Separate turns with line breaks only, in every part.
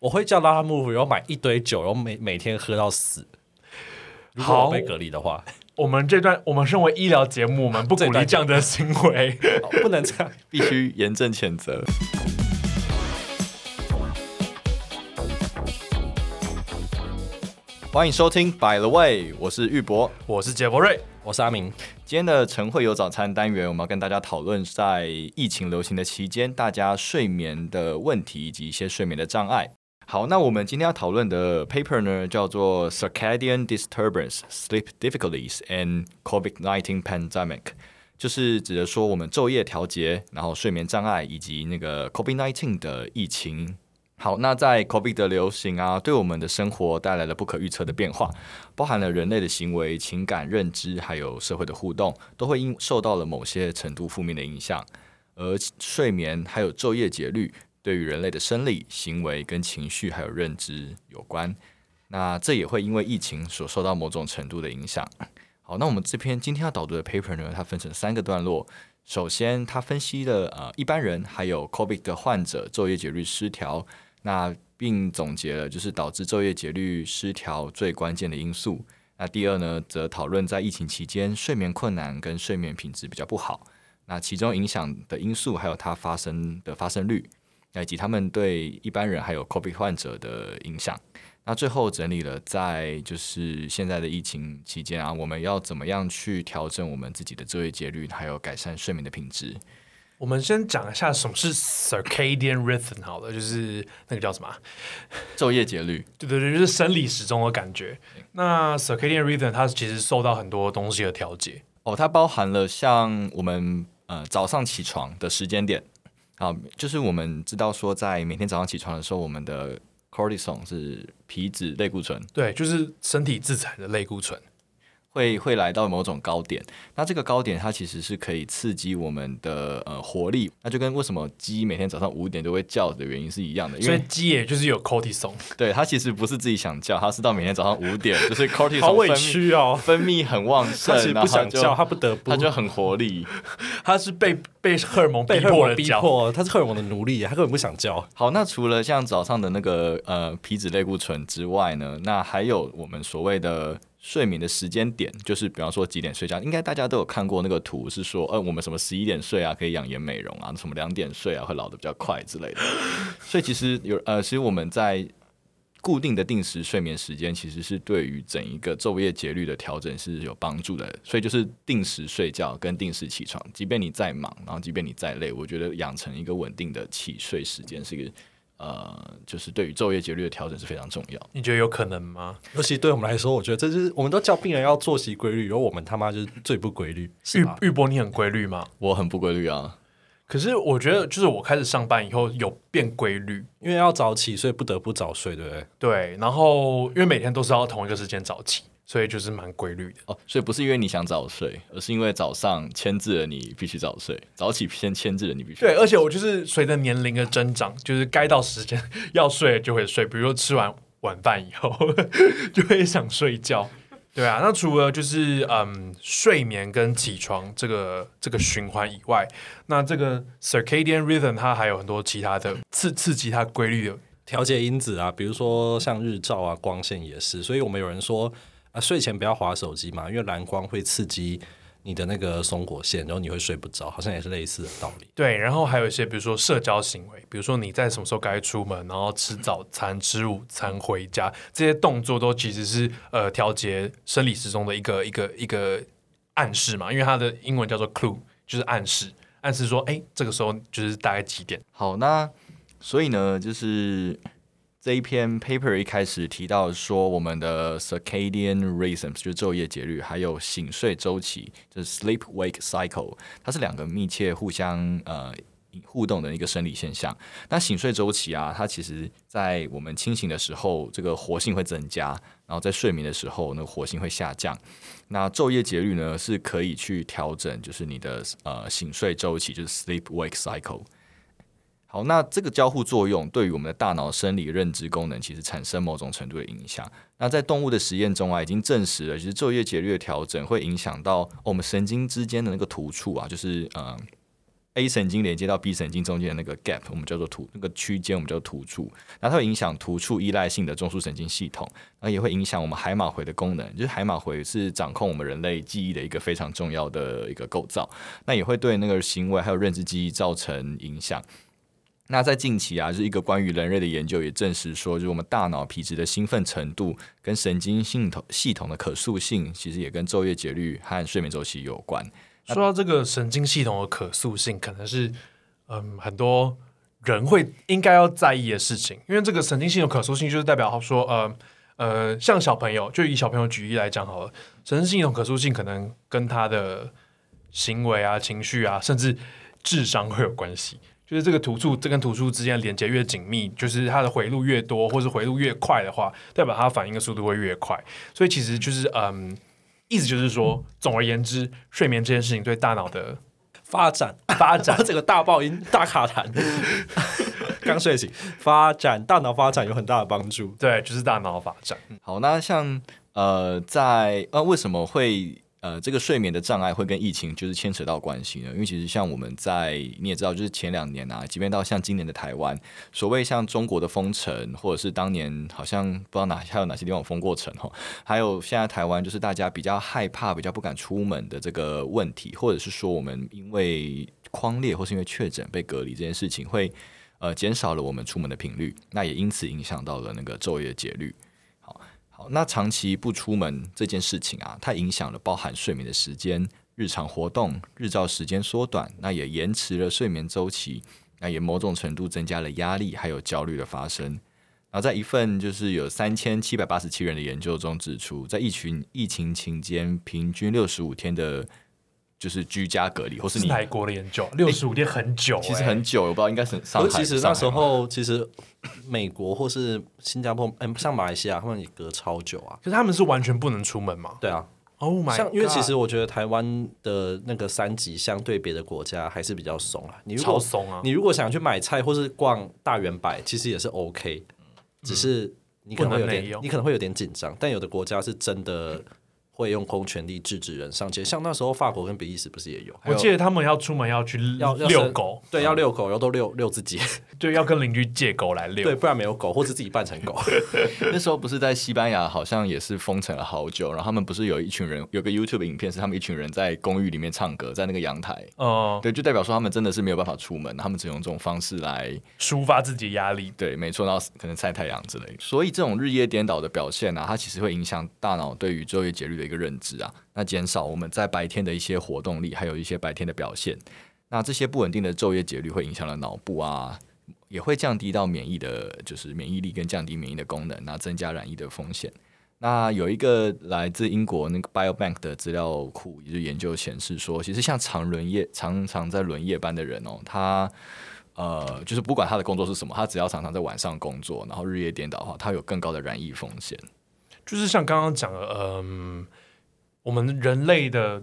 我会叫拉拉木然后买一堆酒，然后每每天喝到死。如果
好
我被隔离的话，
我们这段，我们身为医疗节目，我们不鼓励这样的行 为。
好哦不能这样。
必须严正谴责。欢迎收听《By the Way》，我是玉博。
我是杰博瑞，
我是阿明，
今天的晨会有早餐单元，我们要跟大家讨论在疫情流行的期间，大家睡眠的问题以及一些睡眠的障碍。好，那我们今天要讨论的 paper 呢，叫做《Circadian Disturbance: Sleep Difficulties and COVID-19 Pandemic》，就是指的说我们昼夜调节，然后睡眠障碍以及那个 COVID-19 的疫情。好，那在 COVID 的流行啊，对我们的生活带来了不可预测的变化。包含了人类的行为、情感、认知，还有社会的互动，都会因受到了某些程度负面的影响。而睡眠还有昼夜节律，对于人类的生理、行为跟情绪还有认知有关。那这也会因为疫情所受到某种程度的影响。好，那我们这篇今天要导读的 paper 呢，它分成三个段落。首先，它分析了呃一般人还有 COVID 的患者昼夜节律失调，那并总结了就是导致昼夜节律失调最关键的因素。那第二呢，则讨论在疫情期间睡眠困难跟睡眠品质比较不好，那其中影响的因素还有它发生的发生率，那以及他们对一般人还有 COVID 患者的影响。那最后整理了在就是现在的疫情期间啊，我们要怎么样去调整我们自己的昼夜节律，还有改善睡眠的品质。
我们先讲一下什么是 circadian rhythm 好了，就是那个叫什么啊？
昼夜节律，
对对对，就是生理时钟的感觉。那 circadian rhythm 它其实受到很多东西的调节，
哦，它包含了像我们呃早上起床的时间点啊，就是我们知道说，在每天早上起床的时候，我们的 cortisol 是皮质类固醇
对，就是身体自产的类固醇。
会会来到某种高点，那这个高点它其实是可以刺激我们的呃活力，那就跟为什么鸡每天早上五点都会叫的原因是一样的，因
所以
为
鸡也就是有 cortisol，
对它其实不是自己想叫，它是到每天早上五点就是 cortisol
好委
分泌
屈哦，
分泌很旺盛
他其，实不
然后它
想叫，
就
他不得不
它就很活力。
它是被被荷尔蒙逼
被荷尔
迫
蒙
的
逼
叫。
迫，他是荷尔蒙的奴隶，他根本不想叫。
好，那除了像早上的那个呃皮质类固醇之外呢，那还有我们所谓的睡眠的时间点，就是比方说几点睡觉，应该大家都有看过那个图，是说呃我们什么十一点睡啊可以养颜美容啊，什么两点睡啊会老得比较快之类的。所以其实有呃，其实我们在固定的定时睡眠时间，其实是对于整一个昼夜节律的调整是有帮助的。所以就是定时睡觉跟定时起床，即便你再忙，然后即便你再累，我觉得养成一个稳定的起睡时间是一个呃，就是对于昼夜节律的调整是非常重要。
你觉得有可能吗？
尤其对我们来说，我觉得这就是我们都叫病人要作息规律，然后我们他妈就是最不规律，是
玉
吧？
玉博，你很规律吗？
我很不规律啊，
可是我觉得，就是我开始上班以后有变规律，
因为要早起，所以不得不早睡，对不对？
对，然后因为每天都是要同一个时间早起，所以就是蛮规律的。
哦，所以不是因为你想早睡，而是因为早上牵制了你必须早睡，早起先牵制了你必须
对，而且我就是随着年龄的增长，就是该到时间 要睡就会睡，比如说吃完晚饭以后 就会想睡觉。对啊，那除了就是嗯睡眠跟起床这个这个循环以外，那这个 circadian rhythm 它还有很多其他的刺刺激它规律的
调节因子啊，比如说像日照啊、光线也是，所以我们有人说啊，睡前不要划手机嘛，因为蓝光会刺激你的那个松果腺，然后你会睡不着，好像也是类似的道理。
对，然后还有一些，比如说社交行为，比如说你在什么时候该出门，然后吃早餐、吃午餐、回家，这些动作都其实是呃调节生理时钟的一个一个一个暗示嘛，因为它的英文叫做 clue，就是暗示，暗示说，哎，这个时候就是大概几点？
好，那所以呢，就是这一篇 paper 一开始提到说，我们的 circadian rhythms 就是昼夜节律，还有醒睡周期，就是 sleep wake cycle，它是两个密切互相呃。互动的一个生理现象。那醒睡周期啊，它其实在我们清醒的时候，这个活性会增加，然后在睡眠的时候，那个活性会下降。那昼夜节律呢，是可以去调整，就是你的呃醒睡周期，就是 sleep wake cycle。好，那这个交互作用对于我们的大脑生理认知功能其实产生某种程度的影响。那在动物的实验中啊，已经证实了，其实昼夜节律的调整会影响到、哦我们神经之间的那个突触啊，就是呃 A 神经连接到 B 神经中间的那个 gap，我们叫做突那个区间，我们叫做突触，然后它会影响突触依赖性的中枢神经系统，然后也会影响我们海马回的功能，就是海马回是掌控我们人类记忆的一个非常重要的一个构造，那也会对那个行为还有认知记忆造成影响。那在近期啊，就是一个关于人类的研究也证实说，就是我们大脑皮质的兴奋程度跟神经系统系统的可塑性，其实也跟昼夜节律和睡眠周期有关。
说到这个神经系统的可塑性，可能是嗯很多人会应该要在意的事情，因为这个神经系统可塑性就是代表说，呃呃，像小朋友，就以小朋友举例来讲好了，神经系统可塑性可能跟他的行为啊、情绪啊，甚至智商会有关系。就是这个突触，这跟突触之间的连接越紧密，就是它的回路越多，或是回路越快的话，代表它反应的速度会越快。所以其实就是嗯，意思就是说，
嗯
总而言之，睡眠这件事情对大脑的
发展，，
发展
整个大爆音、大卡痰， 刚睡醒，发展大脑发展有很大的帮助。
对，就是大脑发展。
好，那像呃，在呃，为什么会呃这个睡眠的障碍会跟疫情就是牵扯到关系呢？因为其实像我们在你也知道，就是前两年啊，即便到像今年的台湾，所谓像中国的封城，或者是当年好像不知道哪还有哪些地方有封过城哦，还有现在台湾就是大家比较害怕、比较不敢出门的这个问题，或者是说我们因为框列或是因为确诊被隔离这件事情会。呃，减少了我们出门的频率，那也因此影响到了那个昼夜节律。好，那长期不出门这件事情啊，它影响了包含睡眠的时间、日常活动、日照时间缩短，那也延迟了睡眠周期，那也某种程度增加了压力还有焦虑的发生。然后在一份就是有三千七百八十七人的研究中指出，在疫情疫情期间，平均六十五天的，就是居家隔离，或是
是
你
泰国的研
哎
究，六十五天很久、
其实
欸
很久，我不知道应该是上
而
海。
其实
上
那
海
时
吗
候，其实美国或是新加坡，嗯、像马来西亚，他们也隔超久啊。
可是他们是完全不能出门嘛
对啊，
？Oh my，
像因为其实
God，
我觉得台湾的那个三级相对别的国家还是比较松啊。你如
超
果
松啊，
你如果想去买菜或是逛大圆百，其实也是 OK，只是你嗯可能会有
不能
点
内，用
你可能会有点紧张。但有的国家是真的会用公权力制止人上街，像那时候法国跟比利时不是也有？
我记得他们要出门要去
要要
遛狗，
对，要遛狗，嗯然后都遛遛自己，
对，要跟邻居借狗来
对，
遛。
不然没有狗，或是自己扮成狗。
那时候不是在西班牙，好像也是封城了好久，然后他们不是有一群人，有个 YouTube 影片是他们一群人在公寓里面唱歌，在那个阳台，
嗯，
对，就代表说他们真的是没有办法出门，他们只能用这种方式来，
抒发自己的压力。
对，没错，然后可能晒太阳之类的。所以这种日夜颠倒的表现啊，它其实会影响大脑对于昼夜节律的一个认知啊，那减少我们在白天的一些活动力，还有一些白天的表现。那这些不稳定的昼夜节律会影响了脑部啊。也会降低到免疫的，就是免疫力跟降低免疫的功能，那增加染疫的风险。那有一个来自英国那个 Biobank 的资料库，也就是研究显示说，其实像常轮夜、常常在轮夜班的人哦，他呃，就是不管他的工作是什么，他只要常常在晚上工作，然后日夜颠倒的话，他有更高的染疫风险。
就是像刚刚讲的，嗯，我们人类的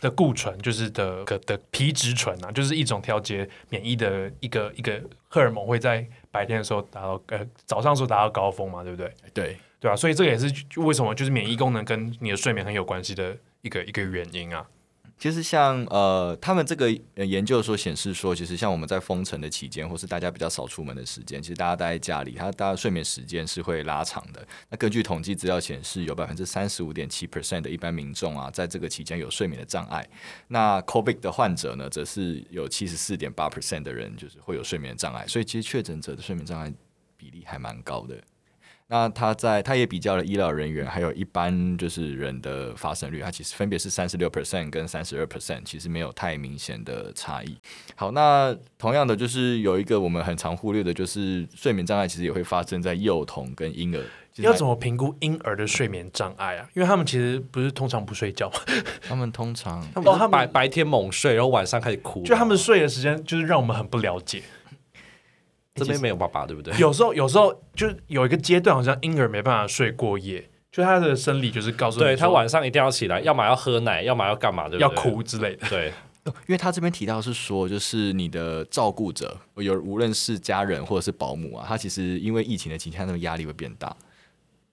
的固醇就是的的的皮质醇啊，就是一种调节免疫的一个一个荷尔蒙，会在白天的时候达到呃早上的时候达到高峰嘛，对不对？
对，
对啊，所以这个也是就为什么就是免疫功能跟你的睡眠很有关系的一个一个原因啊。
其实像呃，他们这个呃研究说显示说，其实像我们在封城的期间，或是大家比较少出门的时间，其实大家待在家里，他大家睡眠时间是会拉长的。那根据统计资料显示，有百分之三十五点七 percent 的一般民众啊，在这个期间有睡眠的障碍。那 COVID 的患者呢，则是有七十四点八 percent 的人就是会有睡眠障碍，所以其实确诊者的睡眠障碍比例还蛮高的。那他在他也比较了医疗人员还有一般就是人的发生率，它其实分别是三十六 percent 跟三十二 percent，其实没有太明显的差异。好，那同样的就是有一个我们很常忽略的，就是睡眠障碍其实也会发生在幼童跟婴儿。其实
要怎么评估婴儿的睡眠障碍啊？因为他们其实不是通常不睡觉嘛，
他们通常
他
哦他
们
们
白白天猛睡，然后晚上开始哭，
就他们睡的时间就是让我们很不了解。
啊这边没有爸爸，对不 对？
有时候，有时候就是有一个阶段，好像婴儿没办法睡过夜，就他的生理就是告诉你
对
说
他晚上一定要起来，要么要喝奶，要么要干嘛，对不对？
要，哭之 类的。
对，
因为他这边提到是说，就是你的照顾者，有无论是家人或者是保姆啊，他其实因为疫情的情况下，他们压力会变大，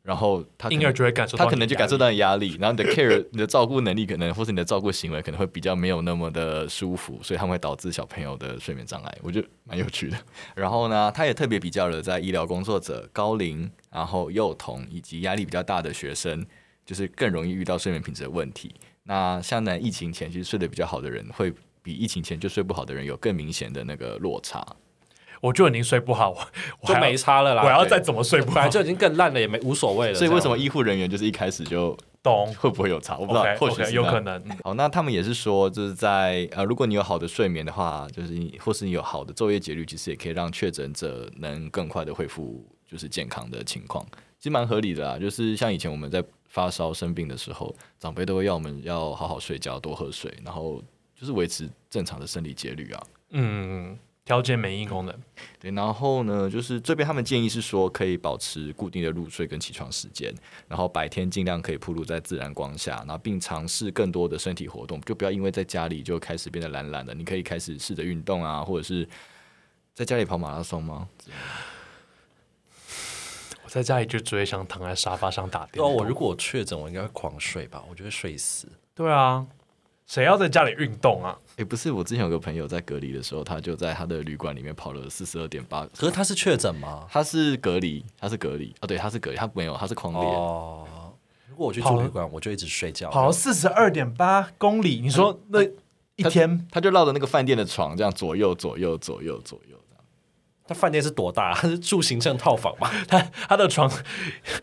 然后他可能
婴儿就会感受到
他
你的压力，
可能就感受到压力，然后你的 care、你的照顾能力可能，或是你的照顾行为可能会比较没有那么的舒服，所以他们会导致小朋友的睡眠障碍，我觉得蛮有趣的。然后呢，他也特别比较了在医疗工作者、高龄、然后幼童以及压力比较大的学生，就是更容易遇到睡眠品质的问题。那像在疫情前其实睡得比较好的人，会比疫情前就睡不好的人有更明显的那个落差。
我就已经睡不好，我我
就
还要
没差了啦。
我要
对
再怎么睡不
本
好
来，就已经更烂了，也没无所谓了。
所以为什么
这样
医护人员就是一开始就
懂
会不会有差？我不知道
？OK，
或许
OK，
是
有
那样
可能。嗯
好，嗯哦那他们也是说，就是在呃，如果你有好的睡眠的话，就是你或是你有好的昼夜节律，其实也可以让确诊者能更快的恢复就是健康的情况，其实蛮合理的啦。就是像以前我们在发烧生病的时候，长辈都会要我们要好好睡觉，多喝水，然后就是维持正常的生理节律啊。
嗯，调节免疫功能。
对，然后呢，就是这边他们建议是说，可以保持固定的入睡跟起床时间，然后白天尽量可以暴露在自然光下，然后并尝试更多的身体活动，就不要因为在家里就开始变得懒懒的。你可以开始试着运动啊，或者是在家里跑马拉松吗？
我在家里就只会想躺在沙发上打电
哦，
动。
我如果确诊，我应该会狂睡吧？我就会睡死。
对啊，谁要在家里运动啊？
诶，不是，我之前有个朋友在隔离的时候，他就在他的旅馆里面跑了四十二点八，
可是他是确诊吗？
他是隔离，他是隔离啊，对，他是隔离，他没有，他是狂烈。
哦，如果我去
跑
住
了
旅馆，我就一直睡觉。
跑四十二点八公里，你说那一
他
天
他就绕着那个饭店的床这样左右左右左右左右这样
那饭店是多大？它是住行政套房吗？
他 他的床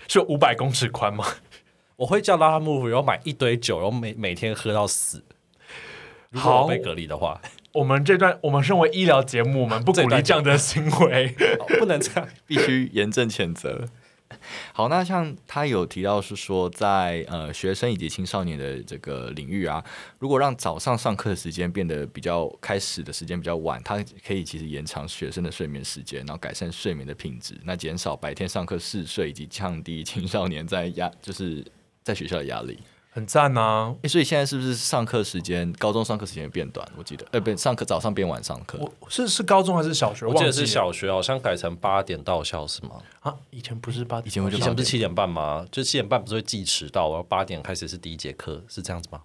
是五百公尺宽吗？
我会叫拉拉木，然后买一堆酒，然后每每天喝到死。如果
好
我被隔离的话，
我们这段，我们身为医疗节目，我们不鼓
这
励
段
这样的行为。
好不能这样。
必须严正谴责。 好，那像他有提到是说在，呃学生以及青少年的这个领域啊，如果让早上上课的时间变得比较开始的时间比较晚，它可以其实延长学生的睡眠时间，然后改善睡眠的品质，那减少白天上课嗜睡以及降低青少年在压就是在学校的压力。
很赞啊！
诶，所以现在是不是上课时间，高中上课时间变短？我记得，呃，不，上课早上变晚上课。
我是是高中还是小学？
我记
忘
得
记
是
了
小学，好像改成八点到校是吗？
啊，以前不是八，
以前我就
以前不是七点半吗？就七点半不是会记迟到，然后八点开始是第一节课，是这样子吗？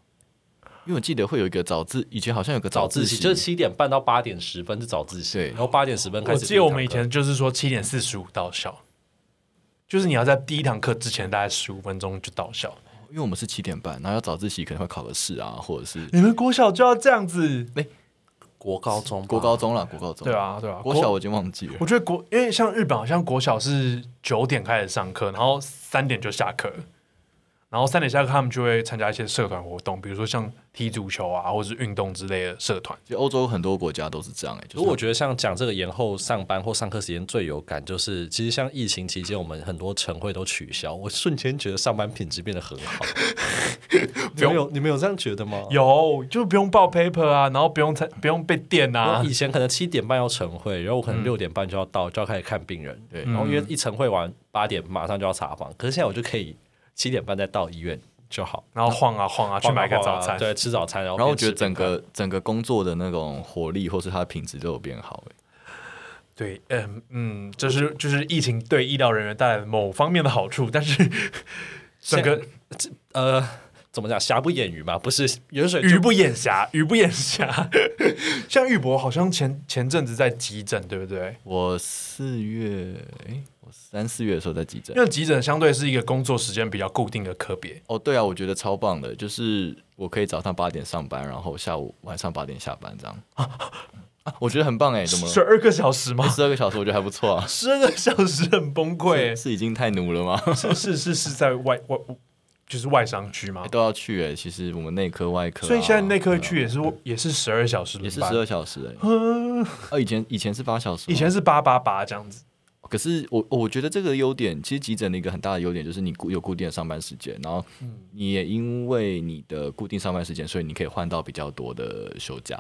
因为我记得会有一个早自，以前好像有个
早
自
自习就是七点半到八点十分是早自习，
对
然后八点十分开
我
始第
记
一堂课。
得我们以前就是说七点四十五到校，就是你要在第一堂课之前大概十五分钟就到校。
因为我们是七点半，然后要早自习可能会考个试啊，或者是
你们国小就要这样子？
国高中吧，
国高中啦，国高中
对，啊，对啊，
国小我已经忘记了
我。觉得国，因为像日本好像国小是九点开始上课，然后三点就下课，然后三点下课他们就会参加一些社团活动，比如说像踢足球啊，或者是运动之类的社团。
就欧洲很多国家都是这样哎、就是
如果我觉得像讲这个延后上班或上课时间最有感，就是其实像疫情期间，我们很多晨会都取消，我瞬间觉得上班品质变得很 好。你们有你们有这样觉得吗？
有，就不用报 paper 啊，然后不用参，不用被电啊
我以。前可能七点半要晨会，然后我可能六点半就要到，就要开始看病人。
嗯对
然后因为一晨会完八点马上就要查房，可是现在我就可以七点半再到医院就好，
然后晃啊晃啊，去买个
晃啊
早
晃啊
餐。
对，吃早餐，然后
然后我
边吃
觉得
边
整
看
个整个工作的那种活力或是它的品质都有变好哎、
对，嗯嗯，这是就是疫情对医疗人员带来的某方面的好处， 但是整个
呃，怎么讲？瑕不掩瑜嘛，不是远水
鱼
就
不掩瑕，鱼不掩瑕。 像玉博好像前前阵子在急诊，对不对？
我四月哎、我三四月的时候在急诊
因。为急诊相对是一个工作时间比较固定的科别，
哦，对啊，我觉得超棒的，就是我可以早上八点上班，然后下午晚上八点下班这样。 啊，我觉得很棒哎、怎么了？
十二个小时吗？
十二个小时我觉得还不错啊。
十二个小时很崩溃欸
是，是已经太奴了吗？
是是是是在外外就是外商区吗？
都要去哎、其实我们内科、外科啊、
欸
啊
所以现在内科区也是也是十二小时
也
轮
是十
班，
二小时哎、哦，以前以前是八小时吗，
啊以前是八八八这样子。
可是我哦我觉得这个优点，其实急诊的一个很大的优点就是你固有固定的上班时间，然后
嗯
你也因为你的固定上班时间，所以你可以换到比较多的休假。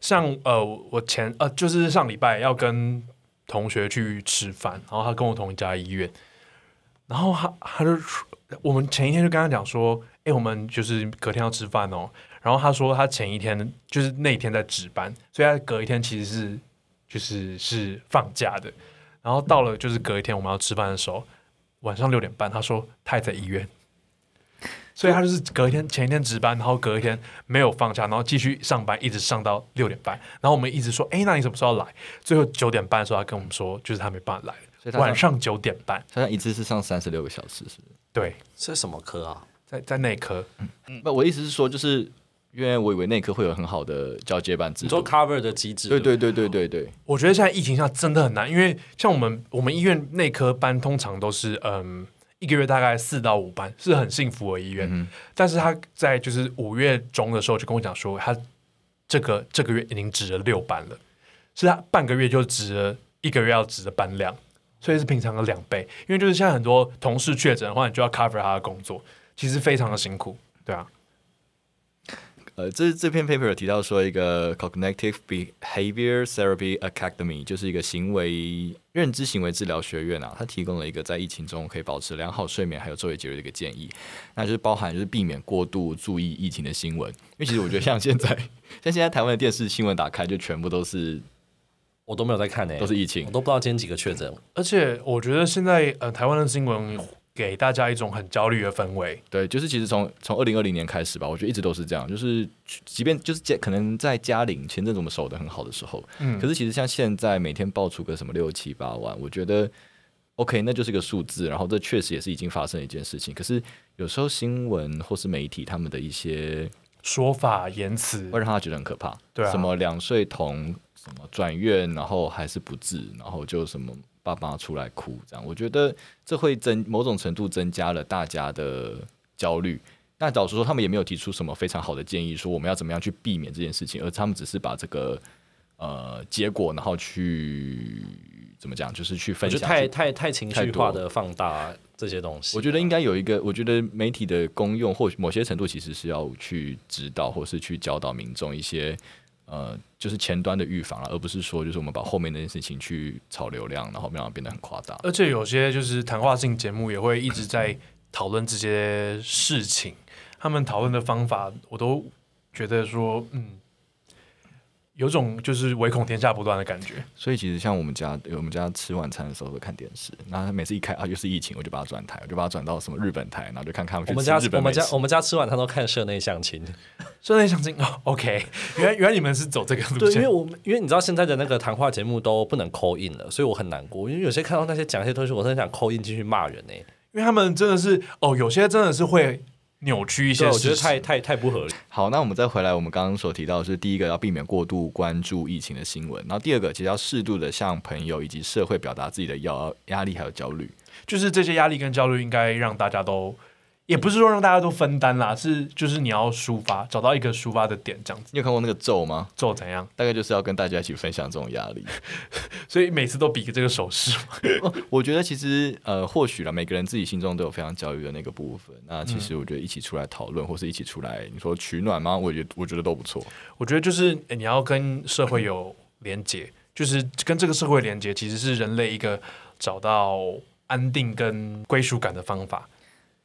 像呃，我前呃，就是上礼拜要跟同学去吃饭，然后他跟我同一家医院，然后他他就说哎我们前一天就跟他讲说，哎、我们就是隔天要吃饭哦。然后他说他前一天就是那一天在值班，所以他隔一天其实是就是是放假的。然后到了就是隔一天我们要吃饭的时候，晚上六点半，他说他也在医院，所以他就是隔一天前一天值班，然后隔一天没有放假，然后继续上班，一直上到六点半。然后我们一直说，哎，那你什么时候要来？最后九点半的时候，他跟我们说，就是他没办法来
所
了，
以他
晚上九点半。
好像一次是上三十六个小时，是不是？
对，
这是什么科啊？
在在内科，
不，我的意思是说，就是因为我以为内科会有很好的交接班制
你
度
说，cover 的机制？
对对对
哦
对对对，
我觉得现在疫情下真的很难，因为像我们我们医院内科班通常都是嗯一个月大概四到五班，是很幸福的医院。但是他在就是五月中的时候就跟我讲说，他这个这个月已经值了六班了，是他半个月就值了一个月要值的班量，所以是平常的两倍。因为就是现在很多同事确诊的话，你就要 cover 他的工作，其实非常的辛苦，对啊。
呃，这这篇 paper 有提到说一个 Cognitive Behavior Therapy Academy，就是一个行为认知行为治疗学院啊，它提供了一个在疫情中可以保持良好睡眠还有昼夜节律的一个建议，那就是包含就是避免过度注意疫情的新闻，因为其实我觉得像现在 像现在台湾的电视新闻打开就全部都是
我都没有在看诶、欸
都是疫情
我，都不知道今天几个确诊。
而且我觉得现在呃台湾的新闻给大家一种很焦虑的氛围，
对，就是其实从从二零二零年开始吧，我觉得一直都是这样，就是即便就是家可能在嘉陵前阵子我们守的很好的时候，
嗯
可是其实像现在每天爆出个什么六七八万，我觉得 OK，那就是个数字，然后这确实也是已经发生了一件事情，可是有时候新闻或是媒体他们的一些
说法言辞
会，让他觉得很可怕，
对啊
什么两岁童什么转院，然后还是不治，然后就什么爸妈出来哭这样，我觉得这会增某种程度增加了大家的焦虑。那老实说，他们也没有提出什么非常好的建议，说我们要怎么样去避免这件事情，而他们只是把这个呃结果，然后去怎么讲，就是去
我
分
觉
享
得
去。
太太太情绪化
太多
的放大啊这些东西。
我觉得应该有一个，我觉得媒体的功用或某些程度其实是要去指导或是去教导民众一些呃，就是前端的预防了，而不是说就是我们把后面那件事情去炒流量，然后让它变得很夸大。
而且有些就是谈话性节目也会一直在讨论这些事情，他们讨论的方法我都觉得说，嗯，有种就是唯恐天下不乱的感觉。
所以其实像我们家，呃我们家吃晚餐的时候会看电视，那每次一开啊又是疫情，我就把它转台，我就把它转到什么日本台，然后就看看
我
他
们
们去
家
吃
我
日本美
们
食
家。我们家吃晚餐都看社内相亲，
所以内想进哦，OK，原 来原来你们是走这个路
对，因
线
为，我们因为你知道现在的那个谈话节目都不能扣印了，所以我很难过。因为有些看到那些讲一些东西，我真的想扣印进去骂人呢、欸
因为他们真的是哦，有些真的是会扭曲
对，
一些
我
事
觉
情，
得太太太不合理。
好，那我们再回来，我们刚刚所提到的是第一个要避免过度关注疫情的新闻，然后第二个其实要适度的向朋友以及社会表达自己的压压力还有焦虑。
就是这些压力跟焦虑应该让大家都，也不是说让大家都分担啦，是就是你要抒发，找到一个抒发的点，这样子
你有看过那个咒吗？
做怎样？
大概就是要跟大家一起分享这种压力。
所以每次都比个这个手势 嘛，
我觉得其实呃，或许啦，每个人自己心中都有非常焦虑的那个部分。那其实我觉得一起出来讨论，或是一起出来，你说取暖吗？我觉得我觉得都不错。
我觉得就是呃你要跟社会有连接，就是跟这个社会连接，其实是人类一个找到安定跟归属感的方法。
哦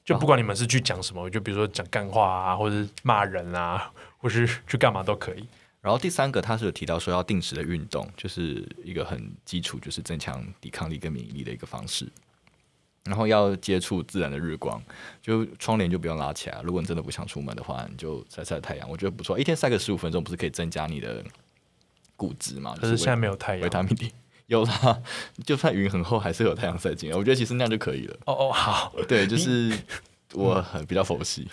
就不管你们是去讲什么，就比如说讲干话啊，或者是骂人啊， 或是去干嘛都可以。
然后第三个，他是有提到说要定时的运动，就是一个很基础，就是增强抵抗力跟免疫力的一个方式。然后要接触自然的日光，就窗帘就不用拉起来。如果你真的不想出门的话，你就晒晒太阳，我觉得不错。一天晒个十五分钟，不是可以增加你的骨质嘛？
可
就是是
现在没有太阳
维。他命 D 有啦，就算云很厚，还是有太阳晒进来。我觉得其实那样就可以了。
哦哦，好，
对，就是 我很比较佛系，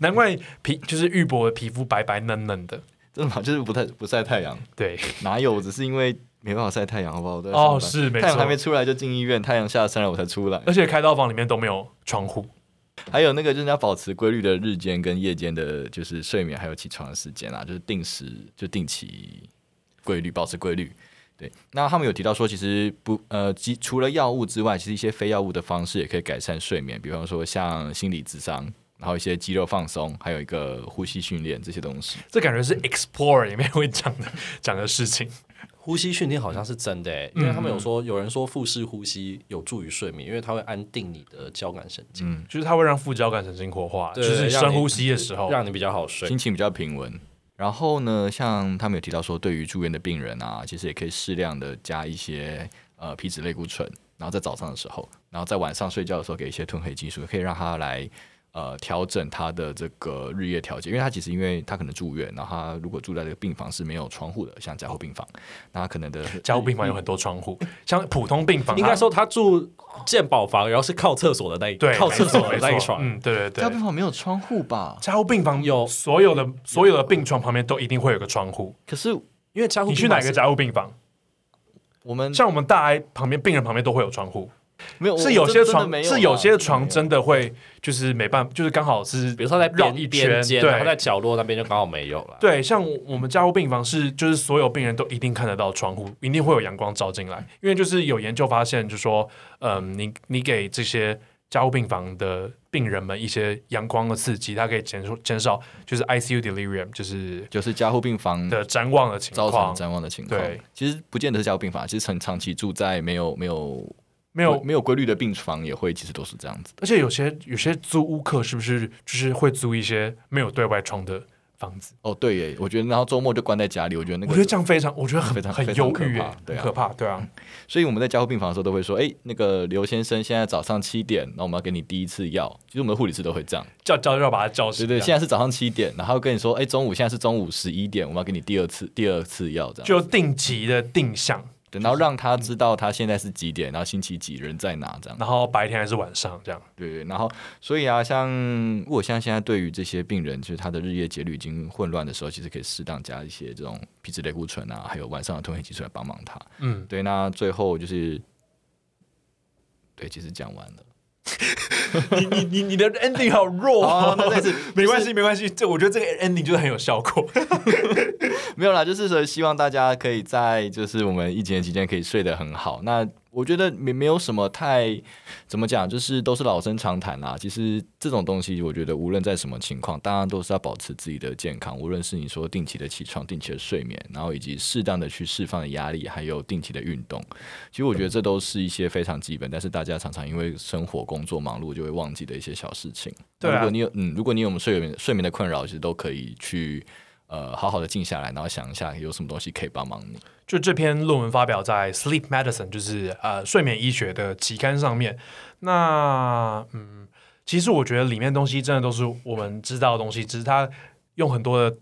难怪皮就是玉博的皮肤白白嫩嫩的。
真的吗？就是不太不晒太阳，
对，
哪有？我只是因为没办法晒太阳，好不好？我都在上
哦，
班
是没
太阳还没
错，
出来就进医院，太阳下山了我才出来。
而且开刀房里面都没有窗户。
还有那个就是要保持规律的日间跟夜间的，就是睡眠还有起床的时间啊，就是定时就定期规律，保持规律。对，那他们有提到说，其实不呃，即除了药物之外，其实一些非药物的方式也可以改善睡眠，比方说像心理智商，然后一些肌肉放松，还有一个呼吸训练这些东西。
这感觉是 Explore 里面会讲的讲的事情。
呼吸训练好像是真的、
嗯
欸，因为他们有说有人说腹式呼吸有助于睡眠，因为它会安定你的交感神经，
就是它会让副交感神经活化，就
对
是
让
深
你
呼吸的时候，
让你比较好睡。
心情比较平稳。然后呢，像他们有提到说，对于住院的病人啊，其实也可以适量的加一些呃皮质类固醇，然后在早上的时候，然后在晚上睡觉的时候给一些褪黑激素，可以让他来呃调整他的这个日夜调节，因为他其实因为他可能住院，然后他如果住在这个病房是没有窗户的，像加护病房，那他可能的
加护病房有很多窗户，像普通病房
应该
它
说他住健保房，然后是靠厕所的那一
对
靠厕所
没
的
错
那一
没错
床。
嗯，对对
加护病
对。
房没有窗户吧？
加护病房有所有的所有的病床旁边都一定会有个窗户。
可是
因为加护
你
病
去哪
房
个
是
加护病房？
我们
像我们大 I 旁边病人旁边都会有窗户，
没
哦
有
是有些床是有些
真的没有啦真的没
床
有
真的会就是没办法，就是刚好是
比如说在
绕
边
一
边
圈，
间，然后在
对
角落那边就刚好没有
啊
了。
对，像我们加护病房是就是所有病人都一定看得到窗户，一定会有阳光照进来，因为就是有研究发现，就说嗯，你你给这些加护病房的病人们一些阳光的刺激，它可以减少减少就是 ICU delirium 就是
就是加护病房
的瞻望的情
嗯造成
况，
展望的情况。
对，
其实不见得是加护病房，其实很长期住在没有没有
没有
没有规律的病床，也会其实都是这样子。
而且有些有些租屋客是不是就是会租一些没有对外窗的房子？
哦，对耶，我觉得然后周末就关在家里，我觉得那
我觉得
个，
这样非常，我觉得很
非常
很
非常
忧
可
郁
怕
欸，
对啊
很可怕，对啊，
所以我们在加护病房的时候都会说，哎，那个刘先生现在早上七点，那我们要给你第一次药。其实我们的护理师都会这样，
叫叫要把他叫
对
醒，
对，
这
现
样
在是早上七点，然后跟你说，哎，中午现在是中午十一点，我们要给你第二次第二次药这样。
就定级的定向，
对然后让他知道他现在是几点，然后星期几人在哪这样。
然后白天还是晚上这样，
对对，然后所以啊，像我像现在对于这些病人，就是他的日夜节律已经混乱的时候，其实可以适当加一些这种皮质类固醇啊，还有晚上的褪黑激素来帮忙他。
嗯，
对，那最后就是，对，其实讲完了。
你你你你的 ending 好弱
哦，那
哦，
再次
没关系没关系，这我觉得这个 ending 就是很有效果，
没有啦，就是说希望大家可以在就是我们疫情的期间可以睡得很好。那我觉得没没有什么太怎么讲，就是都是老生常谈啦。其实这种东西，我觉得无论在什么情况，大家都是要保持自己的健康。无论是你说定期的起床、定期的睡眠，然后以及适当的去释放的压力，还有定期的运动。其实我觉得这都是一些非常基本，但是大家常常因为生活、工作忙碌就会忘记的一些小事情。
对啊
那如果你有嗯，如果你有我们睡眠睡眠的困扰，其实都可以去呃好好的静下来，然后想一下有什么东西可以帮忙你。
就这篇论文发表在《Sleep Medicine》，就是呃睡眠医学的期刊上面。那嗯，其实我觉得里面东西真的都是我们知道的东西，只是它用很多的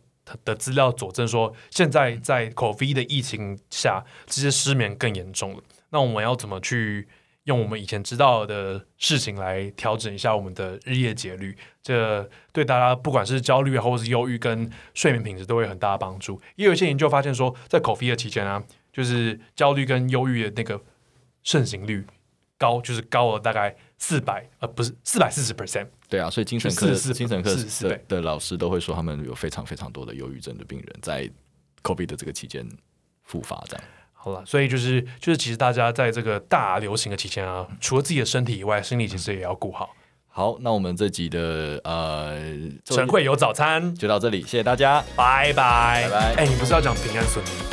的资料佐证说，现在在 COVID 的疫情下，这些失眠更严重了。那我们要怎么去用我们以前知道的事情来调整一下我们的日夜节律？这对大家不管是焦虑啊，或是忧郁跟睡眠品质都会有很大的帮助。也有一些研究发现说，在 COVID 的期间啊，就是焦虑跟忧郁的那个盛行率高，就是高了大概四百呃不是四百四十 percent。
对啊，所以精神科
是是
精神科
是是
的
对
的老师都会说，他们有非常非常多的忧郁症的病人在 COVID 的这个期间复发这样。
好了，所以就是就是，其实大家在这个大流行的期间啊，除了自己的身体以外，心理其实也要顾好。
好，那我们这集的呃
晨会有早餐，
就到这里，谢谢大家。
拜拜。
拜拜
哎、你不是要讲平安顺利？